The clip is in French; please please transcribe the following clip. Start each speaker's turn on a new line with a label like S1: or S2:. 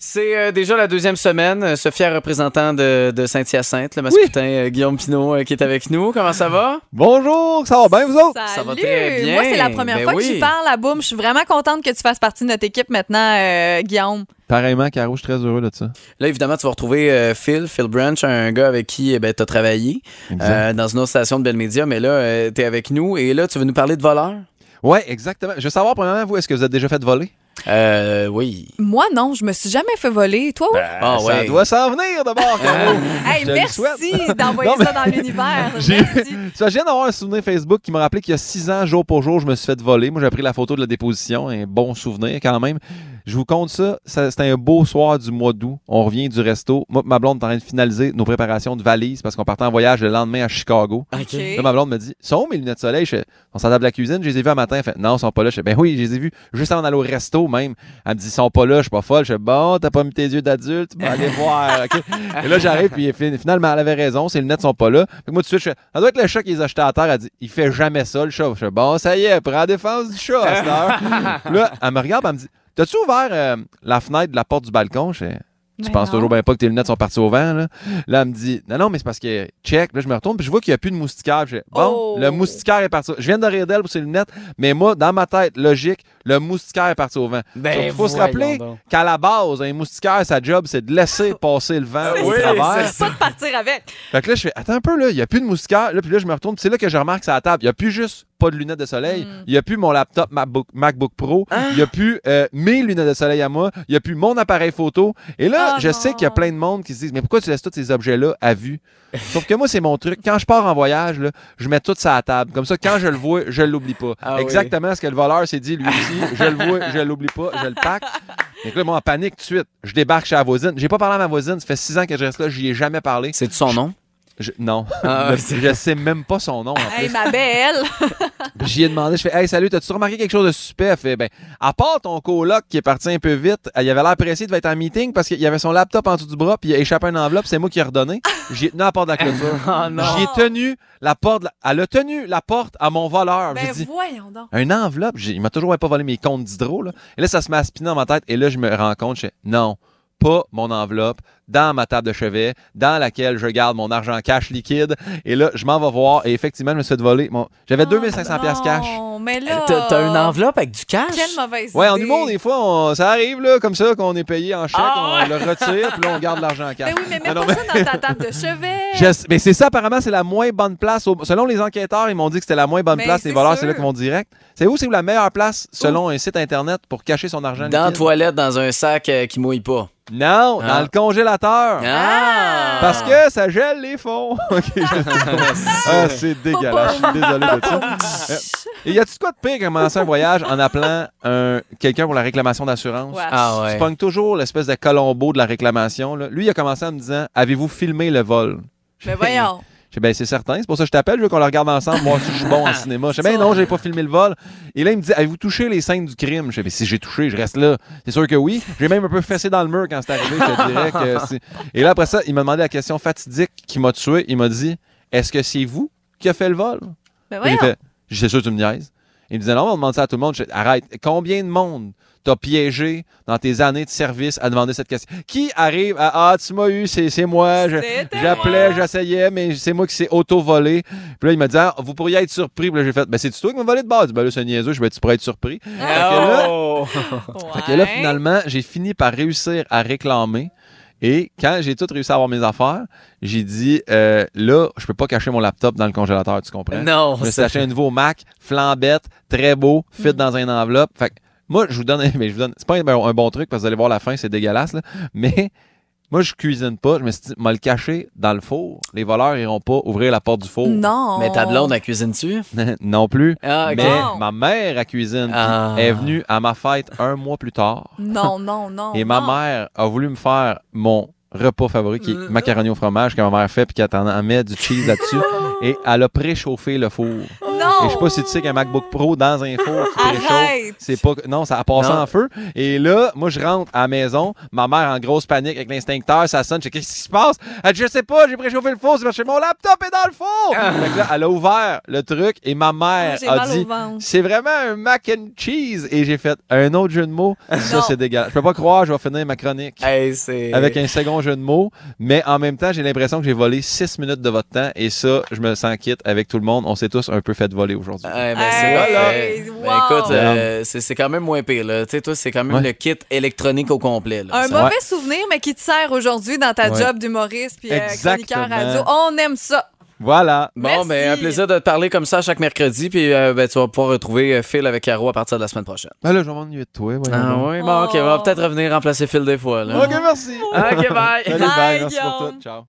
S1: C'est euh, déjà la deuxième semaine. Euh, ce fier représentant de, de Saint-Hyacinthe, le mascotin euh, Guillaume Pinot, euh, qui est avec nous. Comment ça va?
S2: Bonjour, ça va bien Ah, ben, vous autres?
S1: Ça va
S3: Salut!
S1: très bien.
S3: Moi, c'est la première
S1: Ben
S3: fois
S1: oui.
S3: que je parle à Boom. Je suis vraiment contente que tu fasses partie de notre équipe maintenant, euh, Guillaume.
S2: Pareillement, Caro, je suis très heureux de ça.
S1: Là, évidemment, tu vas retrouver euh, Phil, Phil Branch, un gars avec qui eh ben, tu as travaillé
S2: Exact.
S1: euh, dans une autre station de Belle Média, mais là, tu es avec nous et là, tu veux nous parler de voleurs?
S2: Ouais, exactement. Je veux savoir, premièrement, vous, est-ce que vous êtes déjà fait voler?
S1: Euh, oui.
S3: Moi, non, je me suis jamais fait voler. Toi, oui?
S1: Ah,
S2: ça
S1: ouais. Ah.
S2: doit s'en venir d'abord, Caro.
S3: Hey,
S2: Ben, je le
S3: merci
S2: souhaite.
S3: d'envoyer
S2: Non, mais-
S3: ça dans l'univers.
S2: J'ai-
S3: Merci.
S2: Ça, je viens d'avoir un souvenir Facebook qui me rappelait qu'il y a six ans, jour pour jour, je me suis fait voler. Moi, j'ai pris la photo de la déposition, un bon souvenir quand même. Je vous compte ça. ça C'était un beau soir du mois d'août. On revient du resto. Moi, ma blonde est en train de finaliser nos préparations de valises parce qu'on partait en voyage le lendemain à Chicago.
S1: OK.
S2: Là, ma blonde me dit Sont où mes lunettes de soleil Je fais, On s'en table à la cuisine, je les ai vues un matin. Elle fait Non, ils sont pas là. Je fais Ben oui, je les ai vues juste avant d'aller au resto même. Elle me dit Ils sont pas là, je suis pas folle. Je fais Bon, t'as pas mis tes yeux d'adulte, ben, allez voir. ok? Et là, j'arrive, puis fin- finalement, elle avait raison, ses lunettes sont pas là. Puis moi, tout de suite, je fais Ça doit être le chat qui les a jetées à terre. Elle dit Il fait jamais ça, le chat. Je fais Bon, ça y est, prends la défense du chat à cette heure. Puis là, elle me regarde, puis elle me dit T'as-tu ouvert euh, la fenêtre de la porte du balcon Je fais, tu
S3: Mais
S2: penses
S3: Ben non.
S2: toujours ben, bien pas que tes lunettes sont parties au vent, là. Là, elle me dit, non, non, mais c'est parce que, check, là, je me retourne, puis je vois qu'il n'y a plus de moustiquaire. Puis je fais, bon,
S3: Oh.
S2: le moustiquaire est parti. Je viens de rire d'elle pour ses lunettes, mais moi, dans ma tête, logique, le moustiquaire est parti au vent.
S1: Ben,
S2: Il faut se
S1: voyons
S2: rappeler
S1: donc.
S2: qu'à la base, un moustiquaire, sa job, c'est de laisser passer le vent
S3: C'est
S2: au
S1: Oui,
S2: travers.
S1: c'est
S3: Pas de partir avec.
S2: Fait que là, je fais, attends un peu, là, il n'y a plus de moustiquaire. Là, puis là, je me retourne. Puis c'est là que je remarque sur la table, il n'y a plus juste pas de lunettes de soleil.
S3: Mm.
S2: Il n'y a plus mon laptop MacBook, MacBook Pro. Il n'y a plus euh, mes lunettes de soleil à moi. Il n'y a plus mon appareil photo. Et là,
S3: Oh
S2: je sais
S3: non.
S2: qu'il y a plein de monde qui se disent, mais pourquoi tu laisses tous ces objets-là à vue? Sauf que moi, c'est mon truc. Quand je pars en voyage, là, je mets tout ça à la table. Comme ça, quand je le vois, je l'oublie pas.
S1: Ah oui.
S2: Exactement ce que le voleur s'est dit, lui aussi. Je le vois, je l'oublie pas, je le pack. Donc là, moi, en panique, tout de suite, je débarque chez la voisine. J'ai pas parlé à ma voisine. Ça fait six ans que je reste là. J'y ai jamais parlé.
S1: C'est-tu son nom?
S2: Je- non.
S1: Ah,
S2: Le-
S1: ouais, c'est-
S2: je sais même pas son nom. en plus.
S3: Hey, ma belle.
S2: J'y ai demandé, je fais Hey, salut, t'as-tu remarqué quelque chose de suspect? Elle fait Ben, à part ton coloc qui est parti un peu vite, euh, il avait l'air pressé, il devait être en meeting parce qu'il avait son laptop en dessous du bras, puis il a échappé une enveloppe, c'est moi qui ai redonné. J'y ai tenu à la porte de la clôture.
S1: Ah non.
S2: J'y ai tenu la porte, de la- elle a tenu la porte à mon voleur.
S3: Ben,
S2: J'ai dit
S3: voyons donc.
S2: un enveloppe, J'ai- il m'a toujours pas volé mes comptes d'hydro. Là. Et là, ça se met à spinner dans ma tête. Et là, je me rends compte, je fais, non, pas mon enveloppe, dans ma table de chevet, dans laquelle je garde mon argent cash liquide. Et là, je m'en vais voir. Et effectivement, je me suis fait voler. mon- J'avais 2500 pièces cash.
S3: Ah, Oh, Non, mais là.
S1: T'as t'as une enveloppe avec du cash?
S3: Quelle mauvaise
S2: Ouais, en
S3: idée.
S2: humour, des fois, on- ça arrive, là, comme ça, qu'on est payé en chèque,
S1: Ah,
S2: on le retire, puis là, on garde l'argent en cash.
S3: Ben oui, mais mets
S2: Ah, Non, non,
S3: pas ça dans ta table de chevet.
S2: Je sais- mais c'est ça, apparemment, c'est la moins bonne place. au- Selon les enquêteurs, ils m'ont dit que c'était la moins bonne
S3: Mais
S2: place. Les
S3: Ben, c'est
S2: voleurs,
S3: sûr.
S2: c'est là qu'ils vont direct. C'est où c'est où la meilleure place, selon un site internet, pour cacher son argent?
S1: Dans la
S2: liquide?
S1: toilette, dans un sac euh, qui mouille pas.
S2: Non,
S1: Ah.
S2: dans le congélateur.
S1: Ah!
S2: Parce que ça gèle les fonds. Ok, je- ah, c'est dégueulasse. Je suis désolé de ça. Euh, Et y a-tu de quoi de pire que commencer un voyage en appelant un- quelqu'un pour la réclamation d'assurance?
S3: Ouais.
S1: Ah
S2: Tu
S1: ouais.
S2: pognes toujours l'espèce de colombo de la réclamation. là. Lui, il a commencé en me disant Avez-vous filmé le vol
S3: Mais Ben, voyons.
S2: Je dis, ben c'est certain, c'est pour ça que je t'appelle, je veux qu'on le regarde ensemble, voir si je suis bon en cinéma. Je dis, ben non, j'ai pas filmé le vol. Et là, il me dit, avez-vous touché les scènes du crime? Je dis, ben si j'ai touché, je reste là. C'est sûr que oui. J'ai même un peu fessé dans le mur quand c'est arrivé, je te dirais que c'est- Et là, après ça, il m'a demandé la question fatidique qui m'a tué. Il m'a dit, est-ce que c'est vous qui a fait le vol? Puis
S3: Ben voyons.
S2: J'ai fait, c'est sûr, que tu me niaises. Il me disait, non, on demande ça à tout le monde. Je fais, arrête, combien de monde t'as piégé dans tes années de service à demander cette question? Qui arrive à, ah, tu m'as eu, c'est c'est moi, je-
S3: C'était
S2: j'appelais, j'essayais, mais c'est moi qui s'est auto-volé. Puis là, il m'a dit, ah, vous pourriez être surpris. Puis là, j'ai fait, ben, c'est toi qui m'as volé de base. Ben là, c'est niaiseux, je vais, tu pourrais être surpris.
S1: Ah! Oh!
S3: moi.
S2: Fait que là,
S3: Ouais.
S2: finalement, j'ai fini par réussir à réclamer. Et quand j'ai tout réussi à avoir mes affaires, j'ai dit, euh, là, je peux pas cacher mon laptop dans le congélateur, tu comprends?
S1: Non,
S2: Je me suis
S1: ça-
S2: acheté un nouveau Mac, flambette, très beau,
S3: Mm.
S2: fit dans une enveloppe. Fait que moi, je vous donne, mais je vous donne, c'est pas un, un bon truc parce que vous allez voir la fin, c'est dégueulasse, là. Mais moi, je cuisine pas. Je me suis dit, m'a le cacher dans le four. Les voleurs iront pas ouvrir la porte du four.
S3: Non.
S1: Mais ta blonde, la cuisine-tu?
S2: non plus.
S1: Ah, ok.
S2: Mais
S3: Non.
S2: ma mère à cuisine puis
S1: Ah.
S2: elle est venue à ma fête un mois plus tard.
S3: Non, non, non.
S2: Et ma
S3: Oh, non.
S2: mère a voulu me faire mon repas favori qui est
S1: Mm.
S2: macaroni au fromage que ma mère fait puis qu'elle en en met du cheese là-dessus et elle a préchauffé le four. Et je
S3: non!
S2: sais pas si tu sais qu'un MacBook Pro dans un four, tu préchauffes.
S3: Oh! Arrête!
S2: C'est pas. Non, ça a passé
S1: Non.
S2: en feu. Et là, moi, je rentre à la maison. Ma mère en grosse panique avec l'instincteur. Ça sonne. Je sais, qu'est-ce qui se passe? Elle dit, je sais pas, j'ai préchauffé le four. C'est parce que mon laptop est dans le four.
S1: Ah!
S2: Fait que là, elle a ouvert le truc et ma mère
S3: J'ai
S2: a
S3: mal au
S2: dit,
S3: ventre.
S2: c'est vraiment un mac and cheese. Et j'ai fait un autre jeu de mots. Ça,
S3: Non.
S2: c'est dégueulasse. Je peux pas croire, je vais finir ma chronique.
S1: Hey, c'est.
S2: Avec un second jeu de mots, mais en même temps, j'ai l'impression que j'ai volé six minutes de votre temps et ça, je me sens quitte avec tout le monde. On s'est tous un peu fait voler aujourd'hui.
S1: Ouais, ben, c'est
S3: Hey,
S1: parfait.
S3: wow.
S1: Ben, écoute, euh, c'est c'est quand même moins pire. là. Tu sais, toi, c'est quand même
S2: Ouais.
S1: le kit électronique au complet. là.
S3: Un
S1: Ça-
S3: mauvais souvenir, mais qui te sert aujourd'hui dans ta
S2: Ouais.
S3: job d'humoriste puis euh, chroniqueur
S2: Exactement.
S3: radio. On aime ça.
S2: Voilà.
S1: Bon,
S3: Merci.
S1: ben, un plaisir de te parler comme ça chaque mercredi. Puis euh, ben, tu vas pouvoir retrouver euh, Phil avec Caro à partir de la semaine prochaine.
S2: Ben là, je vais m'ennuyer de toi. voyons
S1: Ah
S2: donc.
S1: oui,
S3: Oh.
S1: bon, ok, on va peut-être revenir remplacer Phil des fois. Là.
S2: Ok, merci.
S1: Ok, bye.
S2: Salut, bye.
S3: Bye,
S2: Merci pour
S3: Guillaume.
S2: tout. Ciao.